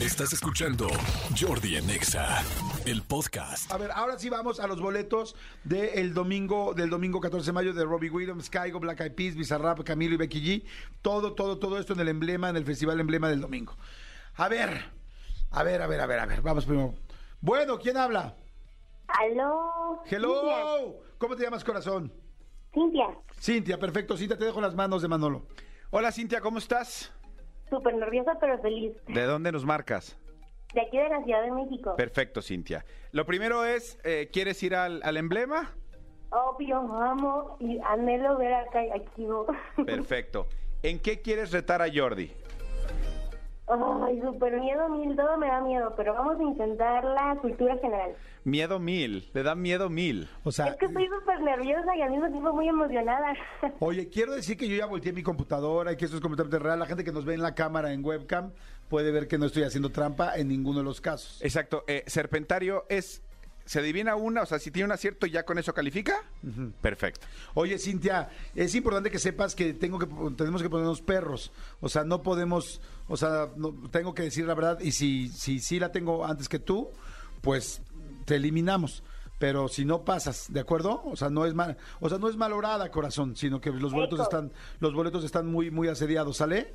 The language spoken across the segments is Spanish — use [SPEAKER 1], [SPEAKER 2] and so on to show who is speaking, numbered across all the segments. [SPEAKER 1] Estás escuchando Jordi Anexa, el podcast.
[SPEAKER 2] A ver, ahora sí vamos a los boletos del domingo, del domingo 14 de mayo de Robbie Williams, Caigo, Black Eyed Peas, Bizarrap, Camilo y Becky G. Todo, todo, todo esto en el emblema, en el festival emblema del domingo. A ver, a ver, a ver, a ver, a ver. Vamos primero. Bueno, ¿quién habla?
[SPEAKER 3] Aló.
[SPEAKER 2] Hello. ¿Cómo te llamas, corazón?
[SPEAKER 3] Cintia,
[SPEAKER 2] Cintia, perfecto. Cintia, te dejo las manos de Manolo.
[SPEAKER 4] Hola Cintia, ¿cómo estás?
[SPEAKER 3] súper nerviosa pero feliz.
[SPEAKER 4] ¿De dónde nos marcas?
[SPEAKER 3] De aquí de la Ciudad de México.
[SPEAKER 4] Perfecto, Cintia. Lo primero es, eh, ¿quieres ir al, al emblema?
[SPEAKER 3] Obvio, amo y anhelo ver acá aquí.
[SPEAKER 4] Perfecto. ¿En qué quieres retar a Jordi?
[SPEAKER 3] Ay, súper miedo mil, todo me da miedo, pero vamos a intentar la cultura general.
[SPEAKER 4] Miedo mil, le da miedo mil.
[SPEAKER 2] O sea,
[SPEAKER 3] Es que estoy súper nerviosa y al mismo tiempo muy emocionada.
[SPEAKER 2] Oye, quiero decir que yo ya volteé mi computadora y que esto es completamente real. La gente que nos ve en la cámara, en webcam, puede ver que no estoy haciendo trampa en ninguno de los casos.
[SPEAKER 4] Exacto, eh, Serpentario es, ¿se adivina una? O sea, si tiene un acierto, ¿ya con eso califica? Perfecto.
[SPEAKER 2] Oye, Cintia, es importante que sepas que tengo que tenemos que ponernos perros. O sea, no podemos, o sea, no- tengo que decir la verdad y si si sí la tengo antes que tú, pues te eliminamos. Pero si no pasas, ¿de acuerdo? O sea, no es mal, o sea, no es malorada, corazón, sino que los boletos
[SPEAKER 3] Eso.
[SPEAKER 2] están los boletos están muy muy asediados, ¿sale?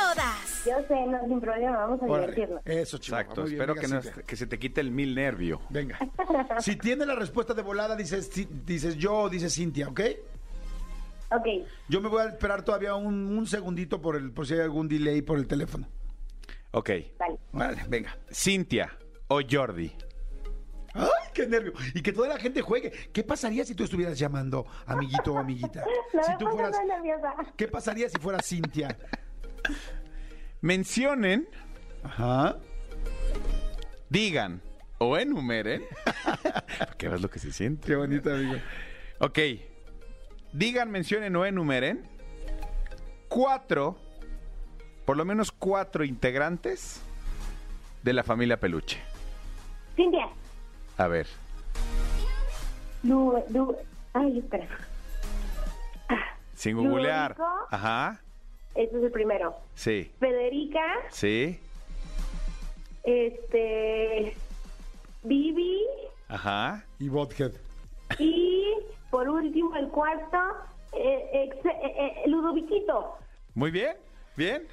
[SPEAKER 3] Yo sé, no, sin problema, vamos a
[SPEAKER 2] Órale.
[SPEAKER 3] divertirnos.
[SPEAKER 2] Eso, chico.
[SPEAKER 4] Exacto, espero que, no est- que se te quite el mil nervio.
[SPEAKER 2] Venga. Si tiene la respuesta de volada, dices, ci- dices yo o dices Cintia, ¿ok?
[SPEAKER 3] Ok,
[SPEAKER 2] Yo me voy a esperar todavía un, un segundito por el, por si hay algún delay por el teléfono.
[SPEAKER 4] Ok,
[SPEAKER 3] vale.
[SPEAKER 2] Vale, venga.
[SPEAKER 4] Cintia o Jordi.
[SPEAKER 2] ¡Ay, qué nervio! Y que toda la gente juegue. ¿Qué pasaría si tú estuvieras llamando, amiguito o amiguita?
[SPEAKER 3] No
[SPEAKER 2] si
[SPEAKER 3] me
[SPEAKER 2] tú
[SPEAKER 3] pongo
[SPEAKER 2] fueras.
[SPEAKER 3] más nerviosa.
[SPEAKER 2] ¿Qué pasaría si fuera Cintia?
[SPEAKER 4] Mencionen,
[SPEAKER 2] Ajá.
[SPEAKER 4] digan o enumeren. Porque ves lo que se siente.
[SPEAKER 2] Qué bonita, amigo.
[SPEAKER 4] Ok. Digan, mencionen o enumeren cuatro, por lo menos cuatro integrantes de la familia Peluche.
[SPEAKER 3] Cintia,
[SPEAKER 4] A ver,
[SPEAKER 3] Lu, Lu, ay, espera.
[SPEAKER 4] sin googlear.
[SPEAKER 3] Ludovico.
[SPEAKER 4] Ajá,
[SPEAKER 3] Este es el primero.
[SPEAKER 4] sí,
[SPEAKER 3] Federica,
[SPEAKER 4] sí,
[SPEAKER 3] este, Vivi
[SPEAKER 4] ajá.
[SPEAKER 2] Y Bothead.
[SPEAKER 3] y por último el cuarto, eh, ex- eh, eh, Ludoviquito.
[SPEAKER 4] Muy bien, bien.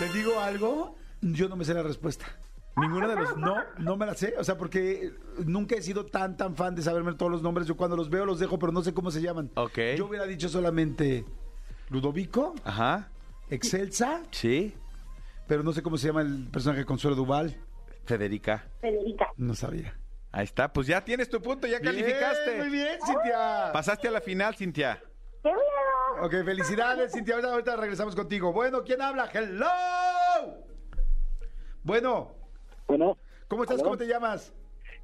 [SPEAKER 2] ¿Te digo algo? Yo no me sé la respuesta. Ninguna de los. No, no me la sé. O sea, porque nunca he sido tan, tan fan de saberme todos los nombres. Yo cuando los veo los dejo, pero no sé cómo se llaman.
[SPEAKER 4] Ok.
[SPEAKER 2] Yo hubiera dicho solamente Ludovico,
[SPEAKER 4] Ajá,
[SPEAKER 2] Excelsa,
[SPEAKER 4] sí.
[SPEAKER 2] pero no sé cómo se llama el personaje de Consuelo Duval.
[SPEAKER 4] Federica,
[SPEAKER 3] Federica.
[SPEAKER 2] No sabía.
[SPEAKER 4] ahí está. Pues ya tienes tu punto, ya calificaste.
[SPEAKER 2] Bien, muy bien, Cintia.
[SPEAKER 4] Pasaste a la final, Cintia.
[SPEAKER 3] ¡Qué miedo!
[SPEAKER 2] Ok, felicidades, Cintia. Ahorita, ahorita regresamos contigo. Bueno, ¿quién habla? ¡Hello! Bueno,
[SPEAKER 5] Bueno,
[SPEAKER 2] ¿cómo estás?
[SPEAKER 5] Hello.
[SPEAKER 2] ¿Cómo te llamas?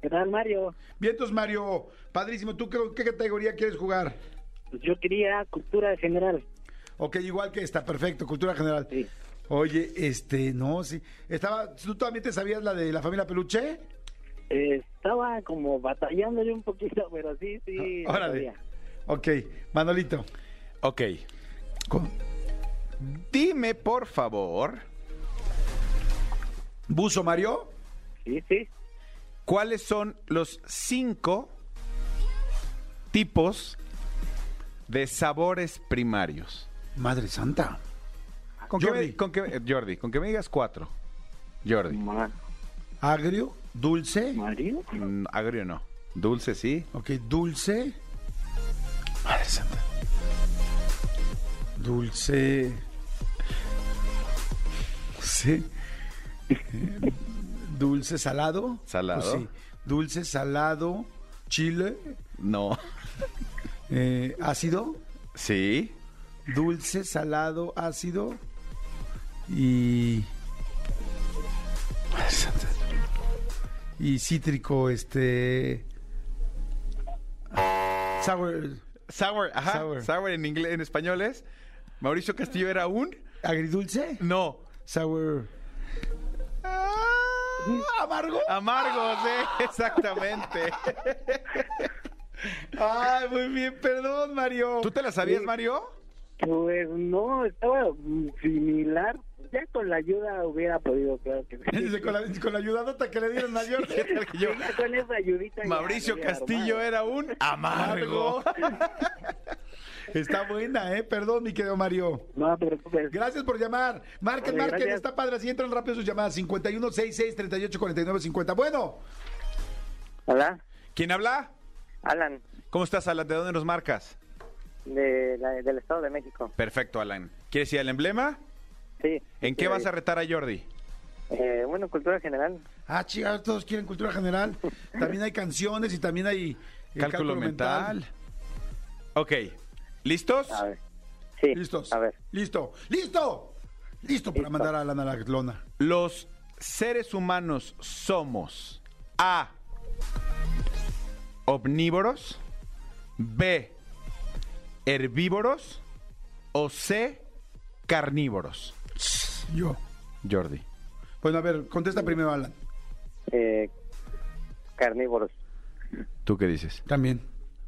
[SPEAKER 5] ¿qué tal, Mario?
[SPEAKER 2] Vientos, Mario. Padrísimo. ¿Tú qué, qué categoría quieres jugar?
[SPEAKER 5] Pues yo quería cultura de general.
[SPEAKER 2] Ok, igual que esta. Perfecto, cultura general.
[SPEAKER 5] Sí.
[SPEAKER 2] Oye, este, no, sí. Estaba, ¿Tú también te sabías la de la familia Peluche?
[SPEAKER 5] Eh, estaba como batallando yo un poquito, pero sí, sí.
[SPEAKER 4] Ah,
[SPEAKER 5] lo
[SPEAKER 2] Órale.
[SPEAKER 5] sabía.
[SPEAKER 2] Ok, Manolito.
[SPEAKER 4] Ok,
[SPEAKER 2] ¿Cómo?
[SPEAKER 4] dime por favor,
[SPEAKER 2] ¿Buzo, Mario?
[SPEAKER 5] Sí, sí.
[SPEAKER 4] ¿Cuáles son los cinco tipos de sabores primarios?
[SPEAKER 2] Madre santa. ¿Con
[SPEAKER 4] Jordi,
[SPEAKER 2] qué?
[SPEAKER 4] con que- eh, Jordi, con que me digas cuatro. Jordi.
[SPEAKER 5] Ma-
[SPEAKER 2] Agrio, dulce.
[SPEAKER 5] ¿Mario?
[SPEAKER 4] Mm, agrio no. Dulce sí.
[SPEAKER 2] Ok, dulce.
[SPEAKER 4] Madre santa.
[SPEAKER 2] Dulce. Sí. Eh, Dulce, salado.
[SPEAKER 4] Salado.
[SPEAKER 2] Pues sí. Dulce, salado, chile,
[SPEAKER 4] No.
[SPEAKER 2] eh, ácido.
[SPEAKER 4] Sí.
[SPEAKER 2] Dulce, salado, ácido. Y.
[SPEAKER 4] Madre santa.
[SPEAKER 2] Y cítrico, este. Sour.
[SPEAKER 4] Sour, ajá.
[SPEAKER 2] Sour.
[SPEAKER 4] Sour, en inglés, en español es. Mauricio Castillo era un.
[SPEAKER 2] Agridulce.
[SPEAKER 4] No.
[SPEAKER 2] Sour.
[SPEAKER 4] Ah, ¿Amargo? Amargo, sí, exactamente. Ay, muy bien, perdón, Mario. ¿Tú te la sabías, Mario?
[SPEAKER 5] Pues no, estaba mm, similar. Ya con la ayuda hubiera podido, claro que sí.
[SPEAKER 2] Dice, con, la, con la ayudadota que le dieron mayor.
[SPEAKER 4] ¿Qué tal que yo?
[SPEAKER 5] Ya con esa ayudita. ya
[SPEAKER 4] Mauricio
[SPEAKER 5] me hubiera
[SPEAKER 4] Castillo eh.
[SPEAKER 5] armado.
[SPEAKER 4] era un amargo.
[SPEAKER 2] Está buena, ¿eh? Perdón, mi querido Mario.
[SPEAKER 5] No, pero pues,
[SPEAKER 2] Gracias por llamar. Marquen,
[SPEAKER 5] Vale,
[SPEAKER 2] marquen.
[SPEAKER 5] gracias.
[SPEAKER 2] Está padre. Así entran rápido sus llamadas. 5166-3849-50. Bueno,
[SPEAKER 6] Hola,
[SPEAKER 4] ¿Quién habla?
[SPEAKER 6] Alan,
[SPEAKER 4] ¿Cómo estás, Alan? ¿De dónde nos marcas?
[SPEAKER 6] de la- del Estado de México.
[SPEAKER 4] Perfecto, Alan. ¿Quieres ir al emblema?
[SPEAKER 6] Sí.
[SPEAKER 4] ¿En qué vas a retar a Jordi?
[SPEAKER 6] Eh, bueno, cultura general.
[SPEAKER 2] ah, chicas, todos quieren cultura general. También hay canciones y también hay eh, el
[SPEAKER 4] Cálculo mental. Ok. ¿Listos?
[SPEAKER 6] A ver. Sí.
[SPEAKER 2] Listos.
[SPEAKER 6] A ver.
[SPEAKER 2] Listo. Listo. Listo para
[SPEAKER 6] Listo.
[SPEAKER 2] mandar a Alan a la lona.
[SPEAKER 4] Los seres humanos somos A. Omnívoros. B. Herbívoros. O C. Carnívoros.
[SPEAKER 2] Yo.
[SPEAKER 4] Jordi.
[SPEAKER 2] Bueno, a ver, contesta primero, Alan.
[SPEAKER 6] Eh, carnívoros.
[SPEAKER 4] ¿Tú qué dices?
[SPEAKER 2] También.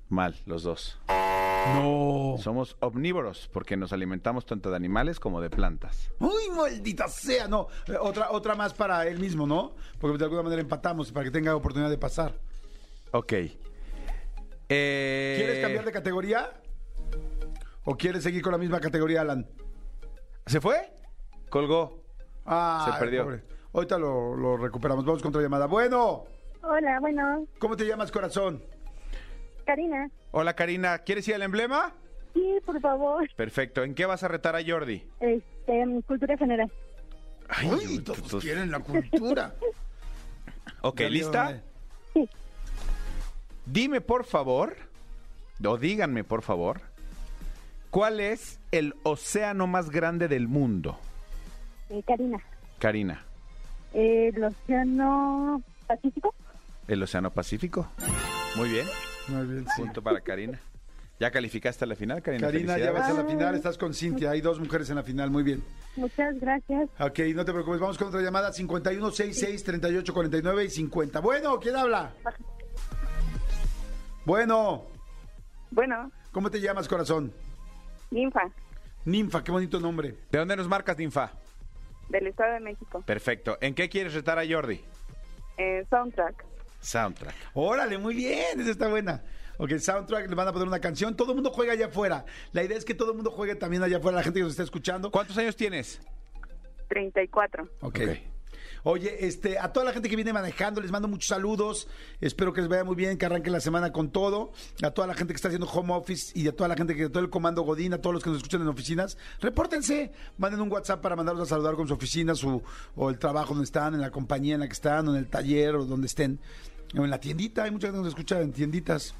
[SPEAKER 4] Mal, los dos.
[SPEAKER 2] No.
[SPEAKER 4] Somos omnívoros porque nos alimentamos tanto de animales como de plantas.
[SPEAKER 2] Uy, maldita sea. No, eh, otra, otra más para él mismo, ¿no? Porque de alguna manera empatamos para que tenga oportunidad de pasar.
[SPEAKER 4] Ok. Eh,
[SPEAKER 2] ¿Quieres cambiar de categoría? ¿O quieres seguir con la misma categoría, Alan?
[SPEAKER 4] ¿Se fue? Colgó.
[SPEAKER 2] Ah,
[SPEAKER 4] Se perdió.
[SPEAKER 2] Ahorita lo, lo recuperamos. Vamos con otra llamada. Bueno,
[SPEAKER 3] Hola, bueno,
[SPEAKER 2] ¿cómo te llamas, corazón?
[SPEAKER 3] Karina.
[SPEAKER 4] Hola Karina, ¿quieres ir al emblema?
[SPEAKER 3] Sí, por favor.
[SPEAKER 4] Perfecto. ¿En qué vas a retar a Jordi?
[SPEAKER 3] Este, cultura general.
[SPEAKER 4] Ay,
[SPEAKER 2] Uy, todos quieren la cultura.
[SPEAKER 4] Ok,
[SPEAKER 2] Ya
[SPEAKER 4] ¿lista?
[SPEAKER 2] vieron,
[SPEAKER 4] Dime por favor, o díganme por favor, ¿cuál es el océano más grande del mundo?
[SPEAKER 3] Eh, Karina.
[SPEAKER 4] Karina,
[SPEAKER 3] Eh, ¿El océano Pacífico?
[SPEAKER 4] ¿el océano Pacífico? Muy bien,
[SPEAKER 2] eh. Muy bien, sí.
[SPEAKER 4] punto para Karina. ¿Ya calificaste a la final, Karina?
[SPEAKER 2] Karina, ya vas
[SPEAKER 4] Felicidades.
[SPEAKER 2] a la final. Estás con Cintia. Hay dos mujeres en la final. Muy bien.
[SPEAKER 3] Muchas gracias.
[SPEAKER 2] Ok, no te preocupes. Vamos con otra llamada. 5166-3849 y 50. Bueno, ¿quién habla? Bueno,
[SPEAKER 3] Bueno,
[SPEAKER 2] ¿cómo te llamas, corazón?
[SPEAKER 3] ninfa,
[SPEAKER 2] Ninfa, qué bonito nombre.
[SPEAKER 4] ¿De dónde nos marcas, Ninfa?
[SPEAKER 3] del Estado de México.
[SPEAKER 4] Perfecto. ¿En qué quieres retar a Jordi?
[SPEAKER 3] Eh, soundtrack.
[SPEAKER 4] Soundtrack.
[SPEAKER 2] Órale, muy bien, esa está buena. Ok, soundtrack, le van a poner una canción. Todo el mundo juega allá afuera. La idea es que todo el mundo juegue también allá afuera, la gente que nos está escuchando.
[SPEAKER 4] ¿Cuántos años tienes?
[SPEAKER 3] 34.
[SPEAKER 2] ok. Oye, este, a toda la gente que viene manejando, les mando muchos saludos. Espero que les vaya muy bien, que arranquen la semana con todo. A toda la gente que está haciendo home office y a toda la gente que, a todo el comando Godín, a todos los que nos escuchan en oficinas, repórtense. Manden un WhatsApp para mandarlos a saludar con su oficina, su, o el trabajo donde están, en la compañía en la que están, o en el taller, o donde estén. O en la tiendita, hay mucha gente que nos escucha en tienditas.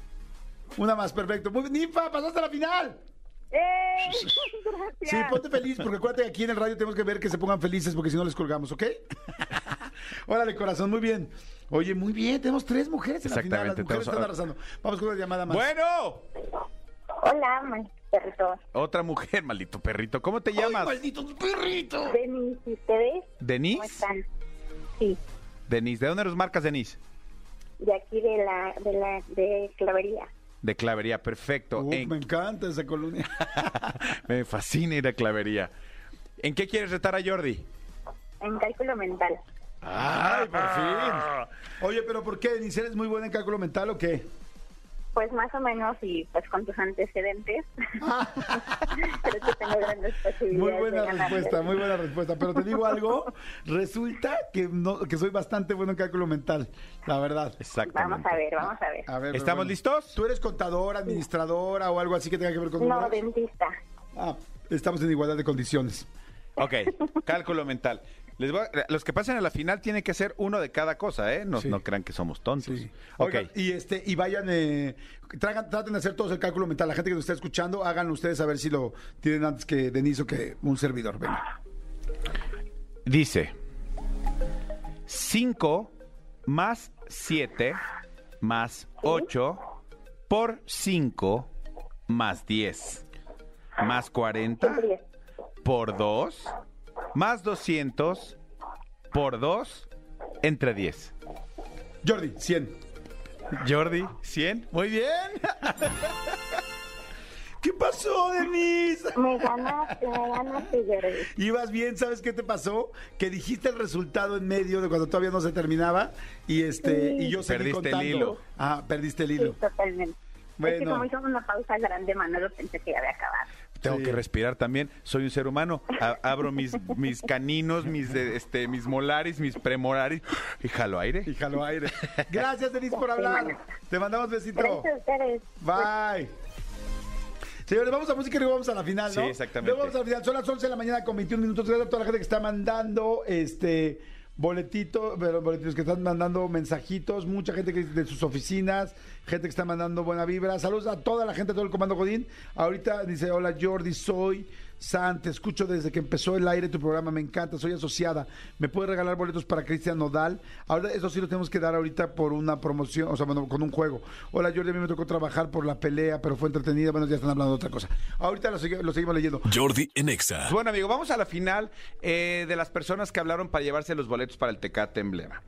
[SPEAKER 2] Una más, perfecto. Muy bien, Ninfa, pasaste a la final.
[SPEAKER 3] ¡Eh!
[SPEAKER 2] Sí, ponte feliz, porque acuérdate que aquí en el radio tenemos que ver que se pongan felices, porque si no les colgamos, ¿ok? Órale, corazón, muy bien. Oye, muy bien, tenemos tres mujeres en la final, las
[SPEAKER 4] Exactamente,
[SPEAKER 2] mujeres están
[SPEAKER 4] tenemos-
[SPEAKER 2] arrasando. Vamos con una llamada más.
[SPEAKER 4] Bueno,
[SPEAKER 3] Hola, maestro.
[SPEAKER 4] otra mujer, maldito perrito. ¿Cómo te
[SPEAKER 2] ¡Ay,
[SPEAKER 4] llamas?
[SPEAKER 2] malditos perritos!
[SPEAKER 3] Denis, ¿y ustedes cómo
[SPEAKER 4] ¿Denise?
[SPEAKER 3] están? Sí,
[SPEAKER 4] Denise, ¿de dónde nos marcas, Denise?
[SPEAKER 3] de aquí de la, de la, de Clavería.
[SPEAKER 4] De clavería, perfecto.
[SPEAKER 2] Uh,
[SPEAKER 4] ¿En-
[SPEAKER 2] me encanta esa colonia.
[SPEAKER 4] Me fascina ir a clavería. ¿En qué quieres retar a Jordi?
[SPEAKER 3] En cálculo mental.
[SPEAKER 4] ¡Ay, por fin!
[SPEAKER 7] Ah.
[SPEAKER 2] Oye, pero ¿por qué, Denise? ¿Eres muy buena en cálculo mental o qué?
[SPEAKER 7] Pues más o menos y pues con tus antecedentes. Creo que tengo grandes posibilidades.
[SPEAKER 2] Muy
[SPEAKER 7] de
[SPEAKER 2] buena
[SPEAKER 7] ganarle.
[SPEAKER 2] respuesta, muy buena respuesta. Pero te digo algo, resulta que no, que soy bastante bueno en cálculo mental, la verdad.
[SPEAKER 4] Exactamente.
[SPEAKER 7] Vamos a ver, vamos a ver.
[SPEAKER 2] A ver,
[SPEAKER 4] ¿Estamos
[SPEAKER 2] Rubén,
[SPEAKER 4] listos?
[SPEAKER 2] ¿Tú eres contadora, administradora o algo así que tenga que ver con
[SPEAKER 7] No,
[SPEAKER 2] números?
[SPEAKER 7] dentista.
[SPEAKER 2] Ah, estamos en igualdad de condiciones.
[SPEAKER 4] Ok, cálculo mental. Les voy a- los que pasen a la final tienen que hacer uno de cada cosa, ¿eh? No,
[SPEAKER 2] Sí.
[SPEAKER 4] no crean que somos tontos.
[SPEAKER 2] Sí.
[SPEAKER 4] Ok.
[SPEAKER 2] Oigan, y este, y vayan, eh, tragan- traten de hacer todos el cálculo mental. La gente que nos está escuchando, hagan ustedes a ver si lo tienen antes que Denise o que un servidor. Venga.
[SPEAKER 4] Dice 5 más 7 más 8 por 5 más 10 más 40
[SPEAKER 7] Diez.
[SPEAKER 4] por 2 más 200 por 2 entre 10.
[SPEAKER 2] Jordi, 100.
[SPEAKER 4] Jordi, 100. Muy bien. ¿Qué pasó, Denise?
[SPEAKER 7] Me ganaste, me ganaste, Jordi.
[SPEAKER 2] Ibas bien, ¿sabes qué te pasó? Que dijiste el resultado en medio de cuando todavía no se terminaba y este y yo seguí
[SPEAKER 4] Perdiste el
[SPEAKER 2] contando.
[SPEAKER 4] hilo.
[SPEAKER 2] Ah, perdiste el
[SPEAKER 7] Sí,
[SPEAKER 2] hilo.
[SPEAKER 7] totalmente. Es que
[SPEAKER 2] Bueno.
[SPEAKER 7] como hicimos una pausa grande, Manolo pensé que ya había acabado.
[SPEAKER 4] Tengo
[SPEAKER 2] Sí.
[SPEAKER 4] que respirar también. Soy un ser humano. A- abro mis, mis caninos, mis, eh, este, mis molares, mis premolares y jalo aire.
[SPEAKER 2] Híjalo aire. Gracias, Denise, por hablar. Te mandamos besito.
[SPEAKER 7] Gracias a ustedes.
[SPEAKER 2] Bye. Señores, vamos a música y luego vamos a la final, ¿no?
[SPEAKER 4] Sí, exactamente.
[SPEAKER 2] Luego vamos a la final. Son las 11 de la mañana con 21 minutos. Gracias a toda la gente que está mandando este boletito, pero boletitos que están mandando mensajitos, mucha gente que de sus oficinas, gente que está mandando buena vibra. Saludos a toda la gente, a todo el comando Godín. Ahorita dice, hola Jordi, soy San, te escucho desde que empezó el aire tu programa, me encanta, soy asociada. ¿Me puedes regalar boletos para Cristian Nodal? Ahora, eso sí lo tenemos que dar ahorita por una promoción, o sea, bueno, con un juego. Hola Jordi, a mí me tocó trabajar por la pelea, pero fue entretenida. Bueno, ya están hablando de otra cosa. Ahorita lo, sigue- lo seguimos leyendo.
[SPEAKER 1] Jordi en Exa.
[SPEAKER 4] Bueno, amigo, vamos a la final eh, de las personas que hablaron para llevarse los boletos para el Tecate Emblema.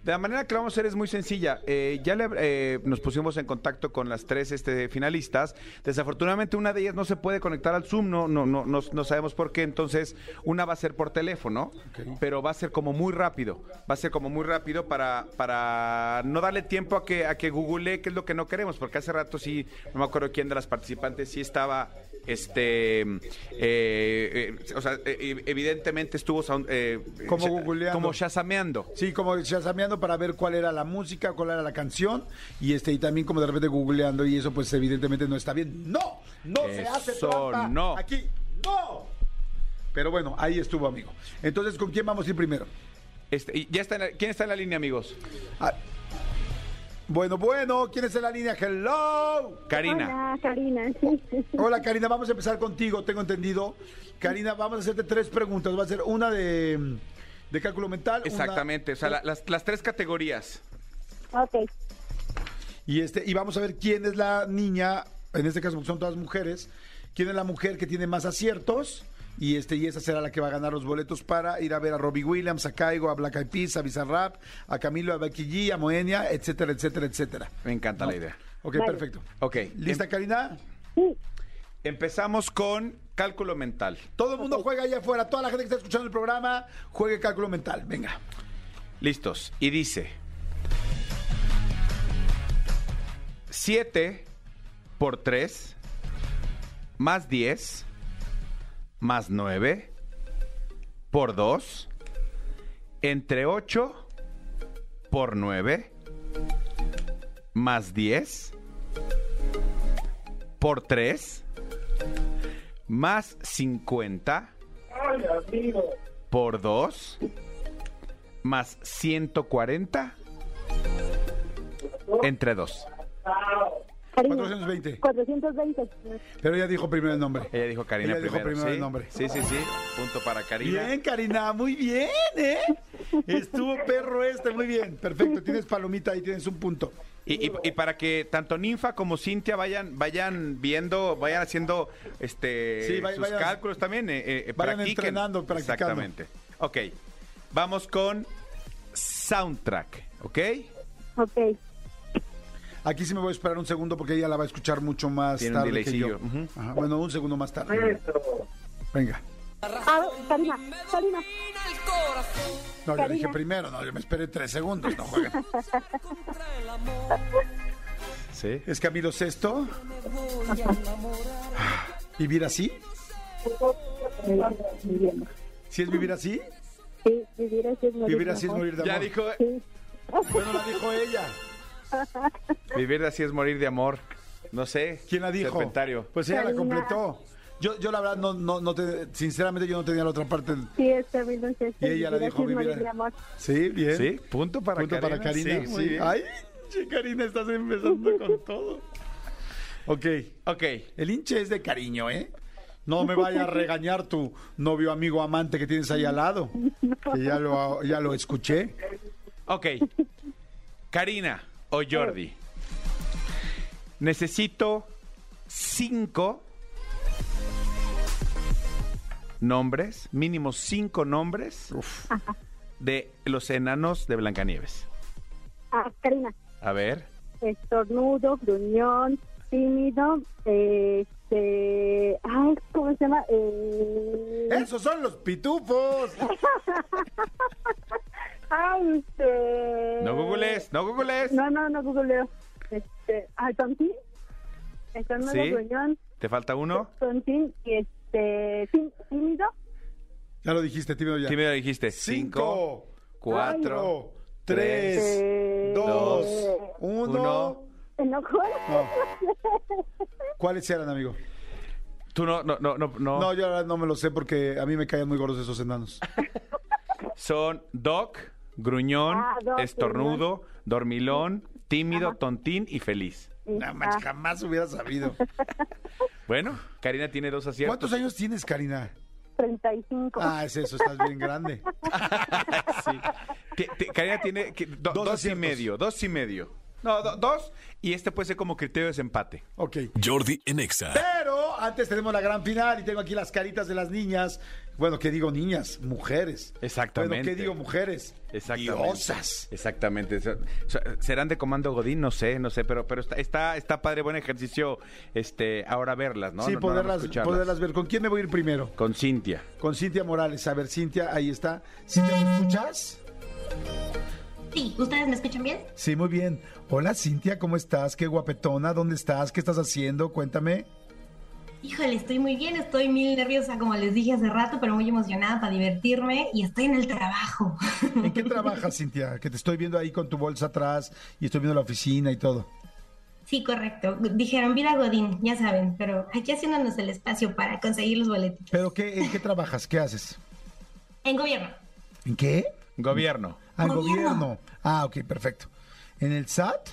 [SPEAKER 4] De la manera que lo vamos a hacer es muy sencilla. Eh, ya le- eh, nos pusimos en contacto con las tres este, finalistas. Desafortunadamente, una de ellas no se puede conectar al Zoom, no, no, no, no, no sabemos por qué. Entonces, una va a ser por teléfono, pero va a ser como muy rápido. Va a ser como muy rápido para, para no darle tiempo a que, a que google qué es lo que no queremos, porque hace rato sí, no me acuerdo quién de las participantes sí estaba este eh, eh, o sea eh, evidentemente estuvo sound- eh,
[SPEAKER 2] Como
[SPEAKER 4] sha-
[SPEAKER 2] googleando.
[SPEAKER 4] como shazameando
[SPEAKER 2] Sí, como chasameando para ver cuál era la música, cuál era la canción, y este, y también como de repente googleando, y eso pues evidentemente no está bien. ¡No! ¡No se hace
[SPEAKER 4] Eso
[SPEAKER 2] trampa!
[SPEAKER 4] no.
[SPEAKER 2] ¡Aquí! ¡No! Pero bueno, ahí estuvo, amigo. Entonces, ¿con quién vamos a ir primero?
[SPEAKER 4] Este, y ya está en la- quién está en la línea amigos
[SPEAKER 2] Ah, Bueno, bueno, ¿quién es en la línea? ¡Hello!
[SPEAKER 4] Karina
[SPEAKER 7] Hola, Karina. sí.
[SPEAKER 2] Hola Karina, vamos a empezar contigo, tengo entendido. Karina, vamos a hacerte tres preguntas. Va a ser una de, de cálculo mental. una-
[SPEAKER 4] exactamente o sea la- las, las tres categorías
[SPEAKER 7] Ok,
[SPEAKER 2] Y este, y vamos a ver quién es la niña, en este caso porque son todas mujeres, quién es la mujer que tiene más aciertos. Y este, y esa será la que va a ganar los boletos para ir a ver a Robbie Williams, a Caigo, a Black Eyed Peas, a Bizarrap, a Camilo, a Becky G, a Moenia, etcétera, etcétera, etcétera.
[SPEAKER 4] me encanta
[SPEAKER 2] ¿No?
[SPEAKER 4] la idea
[SPEAKER 2] Ok, perfecto.
[SPEAKER 4] Ok.
[SPEAKER 2] ¿Lista,
[SPEAKER 4] Em-
[SPEAKER 2] Karina?
[SPEAKER 4] empezamos con cálculo mental
[SPEAKER 2] Todo el mundo juega allá afuera, toda la gente que está escuchando el programa, juegue cálculo mental. Venga.
[SPEAKER 4] listos y dice 7 por 3 más 10 más 9 por 2 entre 8 por 9 más 10 por 3 más 50 por 2 más 140 entre 2.
[SPEAKER 2] 420.
[SPEAKER 7] 420.
[SPEAKER 2] Pero ella dijo primero el nombre.
[SPEAKER 4] Ella dijo Karina
[SPEAKER 2] Ella dijo
[SPEAKER 4] primero.
[SPEAKER 2] primero
[SPEAKER 4] ¿sí?
[SPEAKER 2] el nombre.
[SPEAKER 4] Sí, sí, sí. Punto para Karina.
[SPEAKER 2] Bien, Karina, muy bien, ¿eh? Estuvo perro este, muy bien. Perfecto, tienes palomita ahí, tienes un punto.
[SPEAKER 4] Y, y- y para que tanto Ninfa como Cintia vayan vayan viendo, vayan haciendo este
[SPEAKER 2] Sí, vay-
[SPEAKER 4] sus
[SPEAKER 2] vayan-
[SPEAKER 4] cálculos también. eh, eh,
[SPEAKER 2] vayan
[SPEAKER 4] practiquen.
[SPEAKER 2] entrenando, practicando.
[SPEAKER 4] Exactamente. Ok. Vamos con soundtrack, ¿ok?
[SPEAKER 7] Ok.
[SPEAKER 2] Aquí sí me voy a esperar un segundo porque ella la va a escuchar mucho más
[SPEAKER 4] Tiene un
[SPEAKER 2] tarde que yo.
[SPEAKER 4] delaycillo, ujú.
[SPEAKER 2] Ajá, bueno, un segundo más tarde. Venga.
[SPEAKER 7] A ver, Ah, Karina, Karina.
[SPEAKER 2] No, yo
[SPEAKER 7] Karina.
[SPEAKER 2] dije primero, no, yo me esperé tres segundos, no jueguen.
[SPEAKER 4] Sí.
[SPEAKER 2] ¿Es Camilo Sexto? ¿Vivir así? ¿Sí es vivir así?
[SPEAKER 7] Sí, vivir así es morir
[SPEAKER 2] Vivir así es
[SPEAKER 7] mejor.
[SPEAKER 2] morir de amor.
[SPEAKER 4] Ya dijo,
[SPEAKER 2] Bueno, la dijo ella.
[SPEAKER 4] vivir así es morir de amor. No sé.
[SPEAKER 2] ¿Quién la dijo?
[SPEAKER 4] Serpentario.
[SPEAKER 2] Pues ella la
[SPEAKER 7] Karina.
[SPEAKER 2] completó. Yo, yo la verdad, no, no, no te, sinceramente yo no tenía la otra parte.
[SPEAKER 7] Sí, es Camilo Sesto,
[SPEAKER 2] Y ella la
[SPEAKER 7] vivir así
[SPEAKER 2] dijo
[SPEAKER 7] es
[SPEAKER 2] vivir.
[SPEAKER 7] morir de amor.
[SPEAKER 2] Sí, bien.
[SPEAKER 4] Sí, punto para
[SPEAKER 2] ¿eh? Punto
[SPEAKER 4] Karina.
[SPEAKER 2] para Karina.
[SPEAKER 4] Sí, muy
[SPEAKER 2] sí.
[SPEAKER 4] bien.
[SPEAKER 2] Ay, che, Karina, estás empezando con todo. Ok.
[SPEAKER 4] Ok.
[SPEAKER 2] El hinche es de cariño, ¿eh? No me vaya a regañar tu novio, amigo, amante que tienes ahí al lado. Que ya lo, ya lo escuché.
[SPEAKER 4] Ok. Karina o Jordi. Necesito cinco nombres, mínimo cinco nombres de los enanos de Blancanieves.
[SPEAKER 7] Ah, Karina,
[SPEAKER 4] A ver.
[SPEAKER 7] estornudo, gruñón, tímido, este... Ay, ¿cómo se llama? Eh...
[SPEAKER 2] ¡Esos son los pitufos!
[SPEAKER 7] Ay, este...
[SPEAKER 4] No googles, no googles.
[SPEAKER 7] No, no, no googleo. Este, al Tontín, el tornado
[SPEAKER 4] Sí.
[SPEAKER 7] gruñón,
[SPEAKER 4] ¿Te falta uno?
[SPEAKER 7] Tontín y este, tí- tímido,
[SPEAKER 2] Ya lo dijiste, tímido ya.
[SPEAKER 4] Sí, me lo dijiste. Cinco, cuatro,
[SPEAKER 2] cuatro, tres,
[SPEAKER 7] eh,
[SPEAKER 2] dos,
[SPEAKER 7] eh,
[SPEAKER 2] uno.
[SPEAKER 4] uno.
[SPEAKER 7] enojón.
[SPEAKER 2] No. ¿Cuáles eran, amigo?
[SPEAKER 4] Tú no, no, no, no, no.
[SPEAKER 2] No, yo ahora no me lo sé porque a mí me caían muy gordos esos enanos.
[SPEAKER 4] Son Doc, Gruñón,
[SPEAKER 7] Ah, Doc,
[SPEAKER 4] Estornudo, Dormilón, Tímido, Tontín y Feliz.
[SPEAKER 2] Nada más, jamás hubiera sabido.
[SPEAKER 4] Bueno, Karina tiene dos aciertos.
[SPEAKER 2] ¿Cuántos años tienes, Karina?
[SPEAKER 7] 35.
[SPEAKER 2] Ah, es eso, estás bien grande.
[SPEAKER 4] Sí. Ti- ti- Karina tiene que- do-
[SPEAKER 2] Dos
[SPEAKER 4] dos, y
[SPEAKER 2] aciertos.
[SPEAKER 4] medio, dos y medio. No, do- dos, y este puede ser como criterio de desempate.
[SPEAKER 2] Ok.
[SPEAKER 1] Jordi en Exa.
[SPEAKER 2] Pero antes tenemos la gran final y tengo aquí las caritas de las niñas. Bueno, ¿qué digo niñas? Mujeres.
[SPEAKER 4] Exactamente.
[SPEAKER 2] Bueno, ¿qué digo mujeres?
[SPEAKER 4] Exactamente.
[SPEAKER 2] Diosas.
[SPEAKER 4] Exactamente. O sea, o sea, ¿Serán de comando Godín? No sé, no sé, pero, pero está, está, está padre, buen ejercicio este, ahora verlas, ¿no?
[SPEAKER 2] sí,
[SPEAKER 4] No- no nada más
[SPEAKER 2] poderlas,
[SPEAKER 4] escucharlas.
[SPEAKER 2] poderlas ver. ¿Con quién me voy a ir primero?
[SPEAKER 4] Con Cintia.
[SPEAKER 2] Con Cintia Morales. A ver, Cintia, ahí está. Cintia, ¿me escuchas?
[SPEAKER 8] Sí, ¿ustedes me escuchan bien?
[SPEAKER 2] Sí, muy bien. Hola, Cintia, ¿cómo estás? Qué guapetona. ¿Dónde estás? ¿Qué estás haciendo? Cuéntame.
[SPEAKER 8] Híjole, estoy muy bien, estoy mil nerviosa, como les dije hace rato, pero muy emocionada para divertirme y estoy en el trabajo.
[SPEAKER 2] ¿En qué trabajas, Cintia? Que te estoy viendo ahí con tu bolsa atrás y estoy viendo la oficina y todo.
[SPEAKER 8] Sí, correcto. Dijeron, Vila Godín, ya saben, pero aquí haciéndonos el espacio para conseguir los boletitos.
[SPEAKER 2] ¿Pero qué, en qué trabajas? ¿Qué haces?
[SPEAKER 8] En gobierno.
[SPEAKER 2] ¿En qué?
[SPEAKER 4] Gobierno.
[SPEAKER 2] Ah, en
[SPEAKER 8] Gobierno.
[SPEAKER 2] gobierno. Ah, ok, perfecto. ¿En el SAT?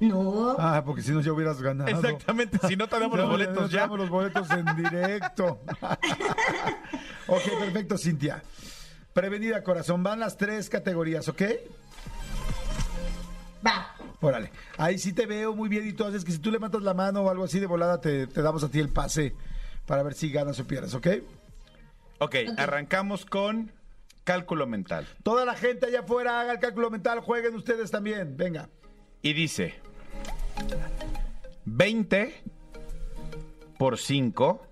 [SPEAKER 8] No,
[SPEAKER 2] Ah, porque si no ya hubieras ganado.
[SPEAKER 4] Exactamente, si no tenemos los
[SPEAKER 2] Ya,
[SPEAKER 4] boletos
[SPEAKER 2] nos
[SPEAKER 4] ya.
[SPEAKER 2] damos los boletos en directo. ok, perfecto, Cintia. Prevenida, corazón. Van las tres categorías, ¿ok?
[SPEAKER 8] va.
[SPEAKER 2] Órale. Ahí sí te veo muy bien y tú haces que si tú levantas la mano o algo así de volada, te, te damos a ti el pase para ver si ganas o pierdes, ¿ok?
[SPEAKER 4] ok, arrancamos con cálculo mental.
[SPEAKER 2] Toda la gente allá afuera haga el cálculo mental, jueguen ustedes también. Venga.
[SPEAKER 4] Y dice 20 por 5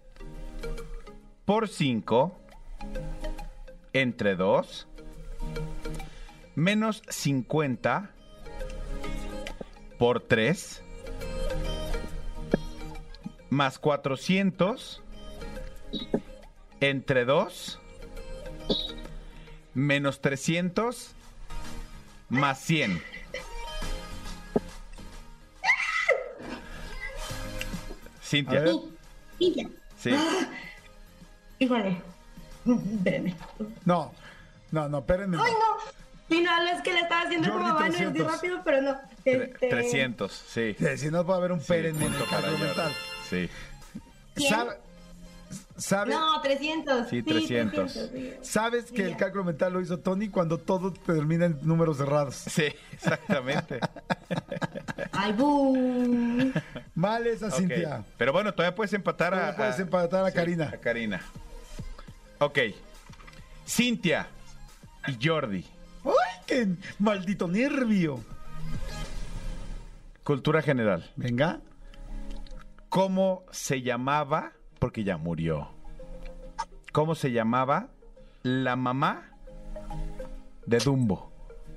[SPEAKER 4] por 5 entre 2 menos 50 por 3 más 400 entre 2 menos 300 más 100.
[SPEAKER 2] A
[SPEAKER 4] Cintia.
[SPEAKER 2] ver.
[SPEAKER 8] Y ya.
[SPEAKER 4] Sí.
[SPEAKER 8] Híjole. Mm, Espérenme.
[SPEAKER 2] No, no, no, espérenme.
[SPEAKER 8] ¡Ay, no! Sí, no, es que la estaba haciendo
[SPEAKER 2] Jordi,
[SPEAKER 8] como van a decir
[SPEAKER 2] 300.
[SPEAKER 8] rápido, pero no.
[SPEAKER 4] Tre-
[SPEAKER 8] Este,
[SPEAKER 4] 300, sí.
[SPEAKER 2] Sí, si no puede haber un Pérez en el
[SPEAKER 4] punto para
[SPEAKER 2] cálculo
[SPEAKER 4] Jordi.
[SPEAKER 2] mental.
[SPEAKER 4] Sí.
[SPEAKER 8] ¿Quién?
[SPEAKER 2] ¿Sabe- sabe-
[SPEAKER 8] No, 300.
[SPEAKER 4] Sí, 300.
[SPEAKER 8] sí.
[SPEAKER 2] ¿Sabes que el
[SPEAKER 8] ya.
[SPEAKER 2] cálculo mental lo hizo Tony cuando todo termina en números cerrados?
[SPEAKER 4] Sí, exactamente.
[SPEAKER 8] Ay, boom.
[SPEAKER 2] Mal esa,
[SPEAKER 4] Ok.
[SPEAKER 2] Cintia.
[SPEAKER 4] Pero bueno, todavía puedes empatar a.
[SPEAKER 2] Todavía puedes empatar a
[SPEAKER 4] sí,
[SPEAKER 2] Karina.
[SPEAKER 4] A Karina. Ok. Cintia y Jordi.
[SPEAKER 2] ¡Ay, qué maldito nervio!
[SPEAKER 4] Cultura general.
[SPEAKER 2] Venga.
[SPEAKER 4] ¿Cómo se llamaba? Porque ya murió. ¿Cómo se llamaba la mamá de Dumbo?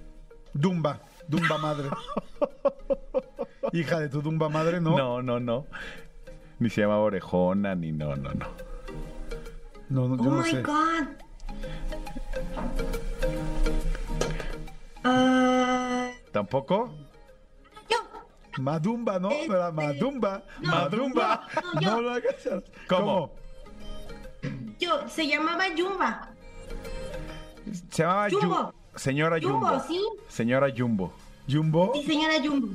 [SPEAKER 2] Dumba. Dumba madre. Hija de tu tumba madre, ¿no?
[SPEAKER 4] No, no, no. Ni se llamaba Orejona, ni no, no, no.
[SPEAKER 2] No, no,
[SPEAKER 8] Oh
[SPEAKER 2] yo no
[SPEAKER 8] my
[SPEAKER 2] sé.
[SPEAKER 8] god. Ah,
[SPEAKER 4] ¿Tampoco?
[SPEAKER 8] yo.
[SPEAKER 2] Madumba, ¿no?
[SPEAKER 8] Este-
[SPEAKER 2] Era Madumba.
[SPEAKER 8] No,
[SPEAKER 2] Madumba.
[SPEAKER 8] no, yo-
[SPEAKER 2] No lo alcanzas.
[SPEAKER 4] ¿Cómo?
[SPEAKER 8] Yo, se llamaba Yumba.
[SPEAKER 4] Se llamaba Yu-
[SPEAKER 8] Jumbo.
[SPEAKER 4] Señora Jumbo.
[SPEAKER 8] Jumbo, sí.
[SPEAKER 4] Señora Jumbo.
[SPEAKER 2] ¿Jumbo?
[SPEAKER 8] Sí, señora Jumbo.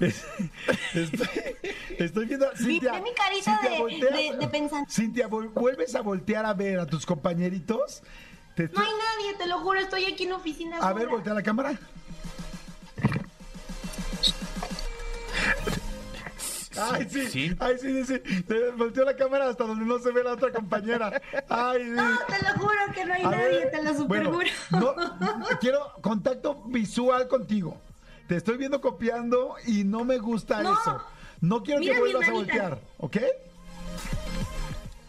[SPEAKER 2] Estoy, estoy viendo. Cintia,
[SPEAKER 8] ve mi carita
[SPEAKER 2] Cintia,
[SPEAKER 8] de-
[SPEAKER 2] voltea.
[SPEAKER 8] de- de pensar.
[SPEAKER 2] Cintia, vol- vuelves a voltear a ver a tus compañeritos. Te
[SPEAKER 8] No
[SPEAKER 2] estoy-
[SPEAKER 8] hay nadie, te lo juro, estoy aquí en oficina.
[SPEAKER 2] a ver,
[SPEAKER 8] sola.
[SPEAKER 2] voltea la cámara. Ay, sí,
[SPEAKER 4] Sí.
[SPEAKER 2] ay, sí, sí, sí. Te Volteó la cámara hasta donde no se ve la otra compañera. Ay, sí.
[SPEAKER 8] No, te lo juro que no hay
[SPEAKER 2] A
[SPEAKER 8] nadie,
[SPEAKER 2] ver,
[SPEAKER 8] te lo super
[SPEAKER 2] bueno,
[SPEAKER 8] juro.
[SPEAKER 2] no, quiero contacto visual contigo. Te estoy viendo copiando y no me gusta
[SPEAKER 8] No.
[SPEAKER 2] eso. No quiero
[SPEAKER 8] Mira
[SPEAKER 2] que
[SPEAKER 8] mi
[SPEAKER 2] vuelvas a
[SPEAKER 8] manita.
[SPEAKER 2] voltear, ¿ok?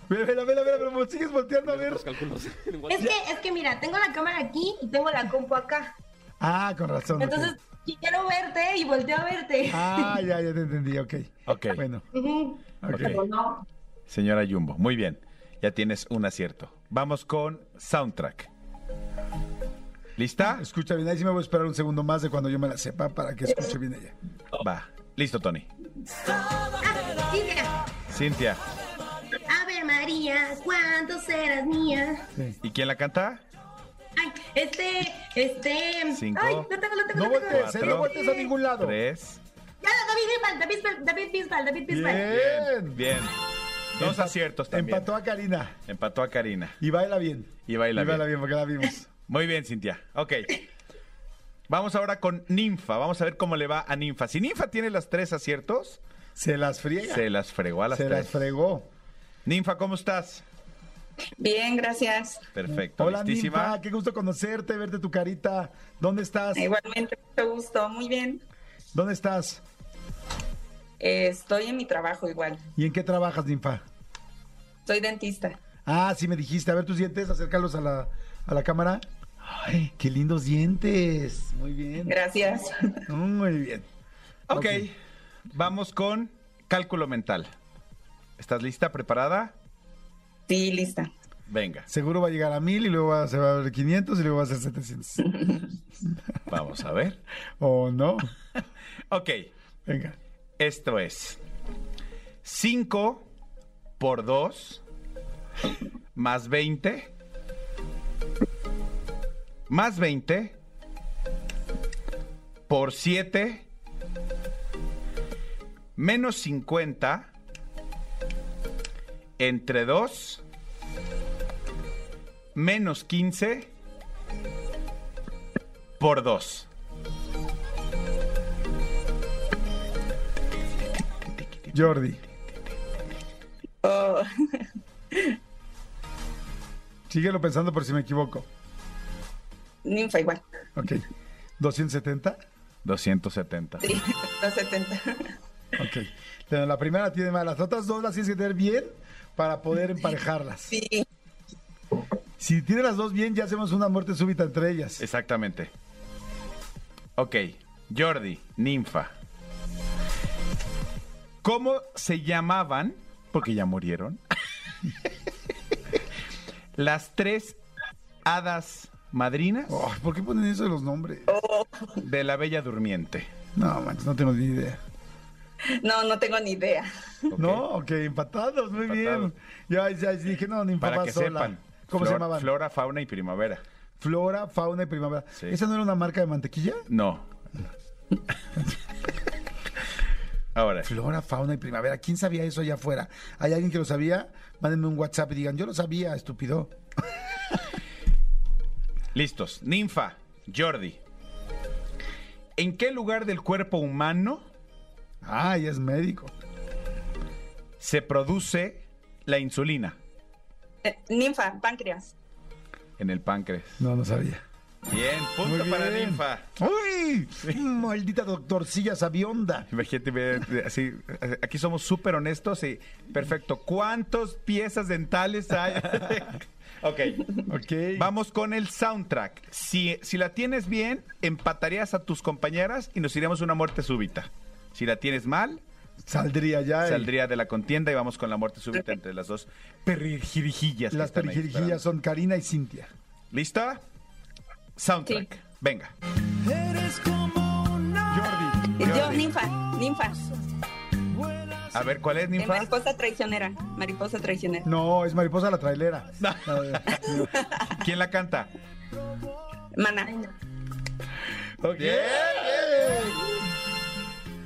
[SPEAKER 2] Mira, mira, mira, mira, pero sigues volteando a ver.
[SPEAKER 8] Es que, es que mira, tengo la cámara aquí y tengo la compu acá.
[SPEAKER 2] Ah, con razón. ok.
[SPEAKER 8] Entonces, quiero verte y volteo a verte.
[SPEAKER 2] Ah, ya, ya te entendí, ok.
[SPEAKER 4] Ok.
[SPEAKER 2] Bueno,
[SPEAKER 8] Ujú.
[SPEAKER 2] ok.
[SPEAKER 4] Ok.
[SPEAKER 8] No.
[SPEAKER 4] Señora Jumbo. Muy bien. Ya tienes un acierto. Vamos con soundtrack. ¿Lista?
[SPEAKER 2] Escucha bien, ahí sí me voy a esperar un segundo más de cuando yo me la sepa para que escuche bien ella.
[SPEAKER 4] Va. Listo, Tony.
[SPEAKER 8] Ah, sí, mira.
[SPEAKER 4] Cintia.
[SPEAKER 8] Ave María, ¿cuánto serás mía?
[SPEAKER 2] Sí.
[SPEAKER 4] ¿Y quién la canta?
[SPEAKER 8] Ay, este, este.
[SPEAKER 4] Cinco.
[SPEAKER 8] Ay, lo tengo, lo tengo,
[SPEAKER 2] No
[SPEAKER 8] lo tengo.
[SPEAKER 2] voltees, ¿eh? no
[SPEAKER 4] Cuatro.
[SPEAKER 2] voltees a ningún lado.
[SPEAKER 4] Tres.
[SPEAKER 8] Ya, no, David Bisbal, David Bisbal, David Bisbal. David Bisbal.
[SPEAKER 2] Bien.
[SPEAKER 4] Bien. Dos
[SPEAKER 2] Empa-
[SPEAKER 4] aciertos también.
[SPEAKER 2] Empató a Karina
[SPEAKER 4] Empató a Karina.
[SPEAKER 2] y baila bien.
[SPEAKER 4] Y baila bien.
[SPEAKER 2] porque la vimos.
[SPEAKER 4] Muy bien, Cintia. Ok. Vamos ahora con Ninfa. Vamos a ver cómo le va a Ninfa. Si Ninfa tiene las tres aciertos,
[SPEAKER 2] Se las friega.
[SPEAKER 4] se las fregó a las
[SPEAKER 2] Se
[SPEAKER 4] tres.
[SPEAKER 2] las fregó.
[SPEAKER 4] Ninfa, ¿cómo estás?
[SPEAKER 9] Bien, gracias.
[SPEAKER 4] Perfecto.
[SPEAKER 2] Hola,
[SPEAKER 4] listísima.
[SPEAKER 2] Ninfa, qué gusto conocerte, verte tu carita. ¿Dónde estás?
[SPEAKER 9] Igualmente, mucho gusto. Muy bien.
[SPEAKER 2] ¿Dónde estás?
[SPEAKER 9] Eh, estoy en mi trabajo igual.
[SPEAKER 2] ¿Y en qué trabajas, Ninfa?
[SPEAKER 9] Soy dentista.
[SPEAKER 2] Ah, sí me dijiste. A ver tus dientes, acércalos a la, a la cámara. Ay, qué lindos dientes. Muy bien.
[SPEAKER 9] Gracias.
[SPEAKER 2] Muy bien.
[SPEAKER 4] Ok. Vamos con cálculo mental. ¿Estás lista? ¿Preparada?
[SPEAKER 9] Sí, lista.
[SPEAKER 4] Venga.
[SPEAKER 2] Seguro va a llegar a mil y luego va- se va a ver 500 y luego va a ser 700.
[SPEAKER 4] Vamos a ver.
[SPEAKER 2] ¿O no?
[SPEAKER 4] Ok.
[SPEAKER 2] Venga.
[SPEAKER 4] Esto es 5 por 2 más 20 más 20 por 7 menos 50 entre 2 menos 15 por 2.
[SPEAKER 2] Jordi.
[SPEAKER 9] Oh,
[SPEAKER 2] Síguelo pensando por si me equivoco.
[SPEAKER 9] ninfa igual.
[SPEAKER 2] Ok. 270.
[SPEAKER 4] 270.
[SPEAKER 9] Sí, 270.
[SPEAKER 2] Ok. Bueno, la primera tiene más. Las otras dos las tienes que tener bien para poder emparejarlas.
[SPEAKER 9] Sí,
[SPEAKER 2] Si tienes las dos bien, ya hacemos una muerte súbita entre ellas.
[SPEAKER 4] Exactamente. Ok, Jordi, ninfa. ¿Cómo se llamaban? Porque ya murieron. Las tres hadas madrinas
[SPEAKER 2] Oh, ¿Por qué ponen eso de los nombres?
[SPEAKER 9] Oh.
[SPEAKER 4] de la Bella Durmiente.
[SPEAKER 2] No, manches, no tengo ni idea.
[SPEAKER 9] no, no tengo ni idea.
[SPEAKER 4] Ok.
[SPEAKER 2] No, ok, empatados, muy bien.
[SPEAKER 4] Empatados.
[SPEAKER 2] Ya, ya dije, no, ni
[SPEAKER 4] Para que
[SPEAKER 2] sola.
[SPEAKER 4] sepan.
[SPEAKER 2] ¿Cómo se
[SPEAKER 4] Flor-
[SPEAKER 2] llamaban?
[SPEAKER 4] Flora, fauna y primavera.
[SPEAKER 2] Flora, fauna y primavera.
[SPEAKER 4] Sí.
[SPEAKER 2] ¿Esa no era una marca de mantequilla?
[SPEAKER 4] No. Ahora,
[SPEAKER 2] Flora, fauna y primavera. ¿Quién sabía eso allá afuera? ¿Hay alguien que lo sabía? Mándenme un WhatsApp y digan, yo lo sabía, estúpido.
[SPEAKER 4] Listos. Ninfa, Jordi. ¿En qué lugar del cuerpo humano
[SPEAKER 2] Ay, es médico.
[SPEAKER 4] se produce la insulina?
[SPEAKER 9] Eh, ninfa, páncreas.
[SPEAKER 4] En el páncreas.
[SPEAKER 2] No, no sabía.
[SPEAKER 4] Bien, punto
[SPEAKER 2] Muy
[SPEAKER 4] para
[SPEAKER 2] bien.
[SPEAKER 4] Ninfa.
[SPEAKER 2] ¡Uy! Mm, Maldita doctorcilla sabionda.
[SPEAKER 4] Imagínate, ve- ve- así, eh, aquí somos súper honestos y perfecto. ¿Cuántas piezas dentales hay? Ok. Vamos con el soundtrack. Si, si la tienes bien, empatarías a tus compañeras y nos iríamos a una muerte súbita. Si la tienes mal,
[SPEAKER 2] Saldría ya. eh. el-
[SPEAKER 4] saldría de la contienda y vamos con la muerte súbita entre las dos perrijirijillas. que
[SPEAKER 2] Las
[SPEAKER 4] están ahí
[SPEAKER 2] perjirjillas
[SPEAKER 4] esperando.
[SPEAKER 2] son Karina y Cintia.
[SPEAKER 4] ¿Lista? Soundtrack. Venga.
[SPEAKER 2] Jordi.
[SPEAKER 9] Eh, Yo, ninfa, ninfa.
[SPEAKER 4] A ver, ¿cuál es,
[SPEAKER 9] Eh,
[SPEAKER 4] ninfa?
[SPEAKER 9] mariposa traicionera. Mariposa traicionera.
[SPEAKER 2] No, es Mariposa la trailera.
[SPEAKER 4] ¿Quién la canta?
[SPEAKER 9] Mana.
[SPEAKER 4] Ok.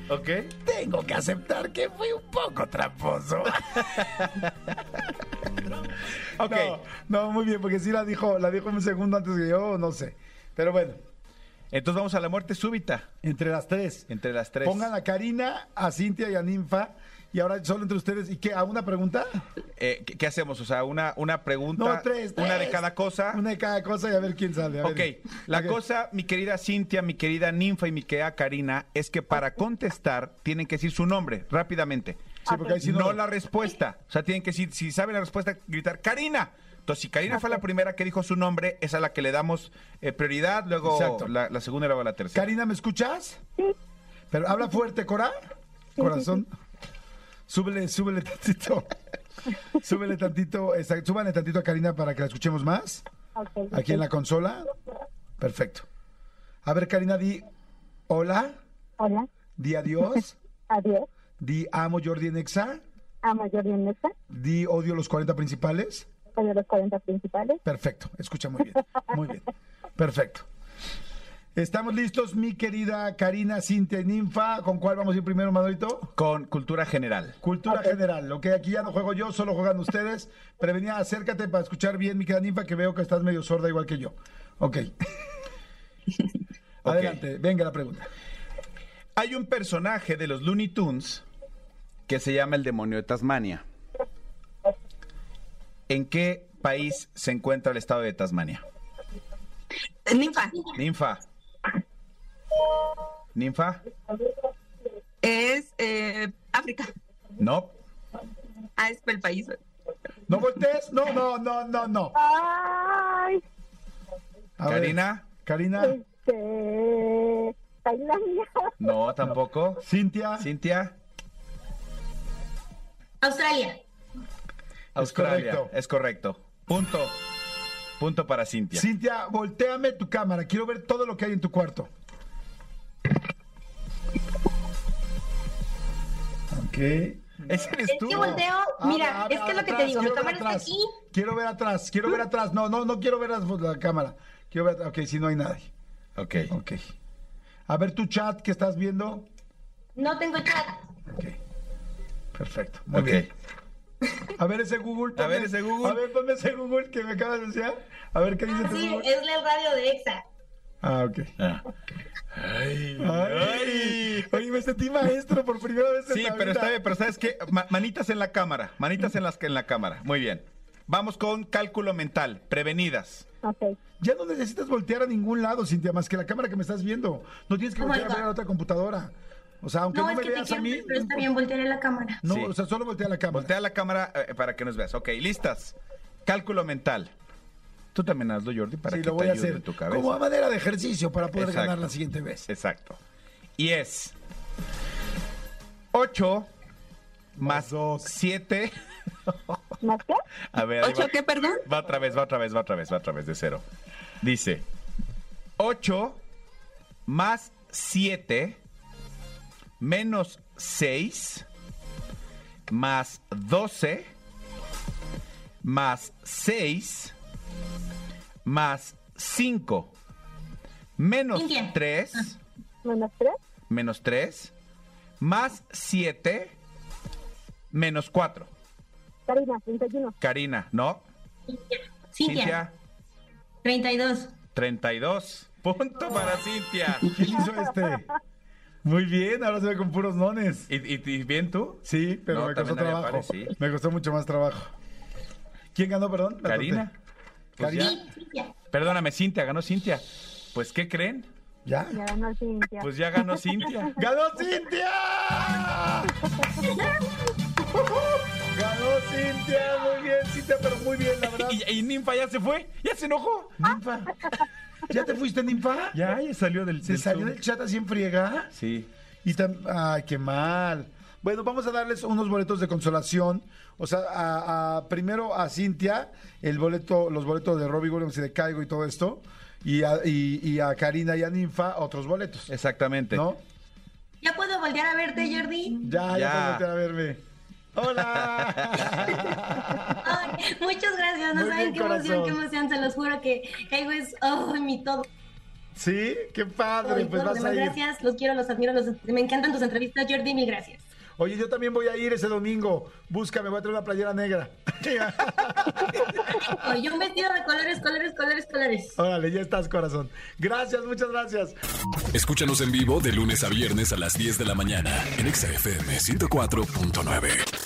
[SPEAKER 4] Ok.
[SPEAKER 2] Tengo que aceptar que fui un poco tramposo.
[SPEAKER 4] Ok.
[SPEAKER 2] No, no, muy bien, porque sí la dijo, la dijo un segundo antes que yo, no sé. Pero bueno,
[SPEAKER 4] Entonces vamos a la muerte súbita
[SPEAKER 2] entre las tres.
[SPEAKER 4] entre las tres.
[SPEAKER 2] Pongan a Karina, a Cintia y a Ninfa. Y ahora solo entre ustedes. ¿Y qué? ¿A una pregunta?
[SPEAKER 4] Eh, ¿qué, qué hacemos? O sea, una, una pregunta,
[SPEAKER 2] No, tres,
[SPEAKER 4] una de
[SPEAKER 2] tres.
[SPEAKER 4] cada cosa.
[SPEAKER 2] Una de cada cosa y a ver quién sale. a
[SPEAKER 4] Ok,
[SPEAKER 2] ver.
[SPEAKER 4] la
[SPEAKER 2] Ok.
[SPEAKER 4] cosa, mi querida Cintia, mi querida Ninfa y mi querida Karina, es que para contestar tienen que decir su nombre rápidamente.
[SPEAKER 2] Sí, porque ahí sí
[SPEAKER 4] no
[SPEAKER 2] no-
[SPEAKER 4] la respuesta. O sea, tienen que decir, si saben la respuesta, gritar ¡Karina! Entonces, si Karina fue la primera que dijo su nombre, es a la que le damos eh, prioridad, luego
[SPEAKER 2] Exacto.
[SPEAKER 4] la, la segunda y luego la tercera.
[SPEAKER 2] Karina, ¿me escuchas? Sí. Pero habla fuerte, Cora. Corazón. Súbele, súbele tantito. súbele tantito, esa- súbale tantito a Karina para que la escuchemos más. Aquí en la consola. Perfecto. A ver, Karina, di hola,
[SPEAKER 7] Hola,
[SPEAKER 2] di adiós,
[SPEAKER 7] adiós.
[SPEAKER 2] di amo Jordi Nexa,
[SPEAKER 7] Amo Jordi Mesa,
[SPEAKER 2] di odio los 40 principales.
[SPEAKER 7] soy de los 40 principales.
[SPEAKER 2] Perfecto, escucha muy bien, muy bien. Perfecto. Estamos listos, mi querida Karina, Cintia y Ninfa. ¿Con cuál vamos a ir primero, Manolito?
[SPEAKER 4] Con cultura general.
[SPEAKER 2] Cultura general, ok, aquí ya no juego yo, solo juegan ustedes. Prevenía, acércate para escuchar bien, mi querida ninfa, que veo que estás medio sorda igual que yo. Ok. Adelante, venga la pregunta.
[SPEAKER 4] Hay un personaje de los Looney Tunes que se llama el demonio de Tasmania. ¿En qué país se encuentra el estado de Tasmania?
[SPEAKER 9] Eh, Ninfa.
[SPEAKER 4] Ninfa. Ninfa.
[SPEAKER 9] Es eh, África.
[SPEAKER 4] No.
[SPEAKER 9] Ah, es el país.
[SPEAKER 2] No voltees, no, no, no, no, no.
[SPEAKER 7] Ay,
[SPEAKER 2] A ver,
[SPEAKER 4] Karina.
[SPEAKER 2] Karina,
[SPEAKER 7] este. Tailandia.
[SPEAKER 4] No, tampoco.
[SPEAKER 2] Cintia,
[SPEAKER 4] Cintia.
[SPEAKER 8] Australia.
[SPEAKER 4] Australia. Es correcto.
[SPEAKER 2] correcto.
[SPEAKER 4] Punto. Punto para Cintia.
[SPEAKER 2] Cintia, volteame tu cámara, quiero ver todo lo que hay en tu cuarto. Ok.
[SPEAKER 4] Ese eres
[SPEAKER 8] Es
[SPEAKER 4] tú.
[SPEAKER 8] que volteo,
[SPEAKER 2] Habla,
[SPEAKER 8] mira,
[SPEAKER 2] habla,
[SPEAKER 8] es que es lo que te
[SPEAKER 2] atrás,
[SPEAKER 8] digo, mi
[SPEAKER 2] quiero ver
[SPEAKER 8] cámara está
[SPEAKER 2] atrás.
[SPEAKER 8] aquí.
[SPEAKER 2] Quiero ver atrás, quiero ver atrás. No, no, no quiero ver la, la cámara. Quiero ver atrás. Ok, si no hay nadie.
[SPEAKER 4] Ok.
[SPEAKER 2] Ok. A ver tu chat que estás viendo.
[SPEAKER 8] No tengo chat.
[SPEAKER 2] Ok. Perfecto. Muy
[SPEAKER 4] Ok.
[SPEAKER 2] bien. A ver ese Google.
[SPEAKER 4] A ver ese Google.
[SPEAKER 2] A ver, ponme ese Google que me acabas de enseñar. A ver qué dice tu
[SPEAKER 8] Ah, Sí,
[SPEAKER 2] Google.
[SPEAKER 8] es el radio de EXA.
[SPEAKER 2] Ah, ok.
[SPEAKER 4] Ah. Ay,
[SPEAKER 2] Ay.
[SPEAKER 4] ay.
[SPEAKER 2] Oye, me sentí maestro por primera vez. en
[SPEAKER 4] Sí,
[SPEAKER 2] la vida.
[SPEAKER 4] pero está bien, pero sabes que manitas en la cámara, manitas en las en la cámara. Muy bien. Vamos con cálculo mental, prevenidas.
[SPEAKER 7] Ok.
[SPEAKER 2] Ya no necesitas voltear a ningún lado, Cintia, más que la cámara que me estás viendo. No tienes que
[SPEAKER 8] Oh my
[SPEAKER 2] voltear a ver
[SPEAKER 8] God.
[SPEAKER 2] a la otra computadora. O sea, aunque
[SPEAKER 8] No,
[SPEAKER 2] no,
[SPEAKER 8] es
[SPEAKER 2] me
[SPEAKER 8] que te
[SPEAKER 2] veas a
[SPEAKER 8] quiero,
[SPEAKER 2] mí.
[SPEAKER 8] ver, pero
[SPEAKER 2] no
[SPEAKER 8] está
[SPEAKER 2] importa.
[SPEAKER 8] bien voltear a la cámara.
[SPEAKER 2] No,
[SPEAKER 4] Sí.
[SPEAKER 2] o sea, solo voltea la cámara.
[SPEAKER 4] Voltea la cámara eh, para que nos veas. Ok, listas. Cálculo mental. Tú también hazlo, Jordi, para
[SPEAKER 2] sí,
[SPEAKER 4] que
[SPEAKER 2] lo voy
[SPEAKER 4] te
[SPEAKER 2] a
[SPEAKER 4] ayude
[SPEAKER 2] hacer
[SPEAKER 4] en tu cabeza.
[SPEAKER 2] como a manera de ejercicio para poder
[SPEAKER 4] Exacto.
[SPEAKER 2] ganar la siguiente vez.
[SPEAKER 4] Exacto. Y es 8 más 7.
[SPEAKER 7] ¿Más qué?
[SPEAKER 4] A ver, ahí
[SPEAKER 9] ¿Ocho
[SPEAKER 4] va-
[SPEAKER 9] qué, perdón?
[SPEAKER 4] va otra vez, va otra vez, va otra vez, va otra vez de cero. Dice 8 más 7 menos 6 más 12 más 6 más 5 menos
[SPEAKER 8] Cintia.
[SPEAKER 4] 3
[SPEAKER 8] Ah.
[SPEAKER 7] ¿Menos tres?
[SPEAKER 4] menos 3 más 7 menos 4.
[SPEAKER 7] Karina, 31.
[SPEAKER 4] Karina, ¿no?
[SPEAKER 8] Cintia, 32.
[SPEAKER 4] 32. Punto para Cintia.
[SPEAKER 2] ¿Quién hizo este? Muy bien, ahora se ve con puros nones.
[SPEAKER 4] ¿Y, y- y bien tú?
[SPEAKER 2] Sí, pero
[SPEAKER 4] No,
[SPEAKER 2] me
[SPEAKER 4] también
[SPEAKER 2] costó
[SPEAKER 4] había
[SPEAKER 2] trabajo.
[SPEAKER 4] pares, sí.
[SPEAKER 2] Me costó mucho más trabajo. ¿Quién ganó, perdón? La
[SPEAKER 4] Karina.
[SPEAKER 2] corté.
[SPEAKER 4] Pues
[SPEAKER 2] Karina.
[SPEAKER 4] ya.
[SPEAKER 8] Sí, Cintia.
[SPEAKER 4] Perdóname, Cintia, ganó Cintia. Pues, ¿qué creen?
[SPEAKER 2] ¿Ya?
[SPEAKER 7] Ya ganó Cintia.
[SPEAKER 4] Pues ya ganó Cintia.
[SPEAKER 2] ¡Ganó Cintia! Ganó Cintia, muy bien, Cintia, pero muy bien, la verdad.
[SPEAKER 10] ¿Y, y Ninfa ya se fue? ¿Ya se enojó?
[SPEAKER 2] Ninfa. ¿Ya te fuiste, Ninfa?
[SPEAKER 10] Ya, ya salió del...
[SPEAKER 2] ¿Se
[SPEAKER 10] del
[SPEAKER 2] salió
[SPEAKER 10] Zoom.
[SPEAKER 2] del chat así en friega?
[SPEAKER 10] Sí.
[SPEAKER 2] Y tam- Ay, qué mal. Bueno, vamos a darles unos boletos de consolación. O sea, a- a- primero a Cintia, el boleto, los boletos de Robbie Williams y de Caigo y todo esto. Y a, y- y a Karina y a Ninfa, otros boletos.
[SPEAKER 4] Este. Exactamente.
[SPEAKER 2] ¿No?
[SPEAKER 8] ¿Ya puedo voltear a verte, Jordi?
[SPEAKER 2] Ya, ya,
[SPEAKER 4] Ya.
[SPEAKER 2] puedes voltear a verme. ¡Hola!
[SPEAKER 8] Ay, muchas gracias, no
[SPEAKER 2] Muy bien,
[SPEAKER 8] saben qué emoción,
[SPEAKER 2] corazón.
[SPEAKER 8] qué emoción, se los juro que Ego es oh, mi todo.
[SPEAKER 2] ¿Sí? ¡Qué
[SPEAKER 8] todo,
[SPEAKER 2] padre!
[SPEAKER 8] y
[SPEAKER 2] Pues
[SPEAKER 8] todo.
[SPEAKER 2] vas a
[SPEAKER 8] Demás,
[SPEAKER 2] ir.
[SPEAKER 8] gracias, los quiero, los admiro, los, me encantan tus entrevistas, Jordi, mil gracias.
[SPEAKER 2] Oye, yo también voy a ir ese domingo. Búscame, voy a traer una playera negra.
[SPEAKER 8] Yo un vestido de colores, colores, colores, colores.
[SPEAKER 2] Órale, ya estás, corazón. Gracias, muchas gracias.
[SPEAKER 1] Escúchanos en vivo de lunes a viernes a las 10 de la mañana en Exa FM 104.9.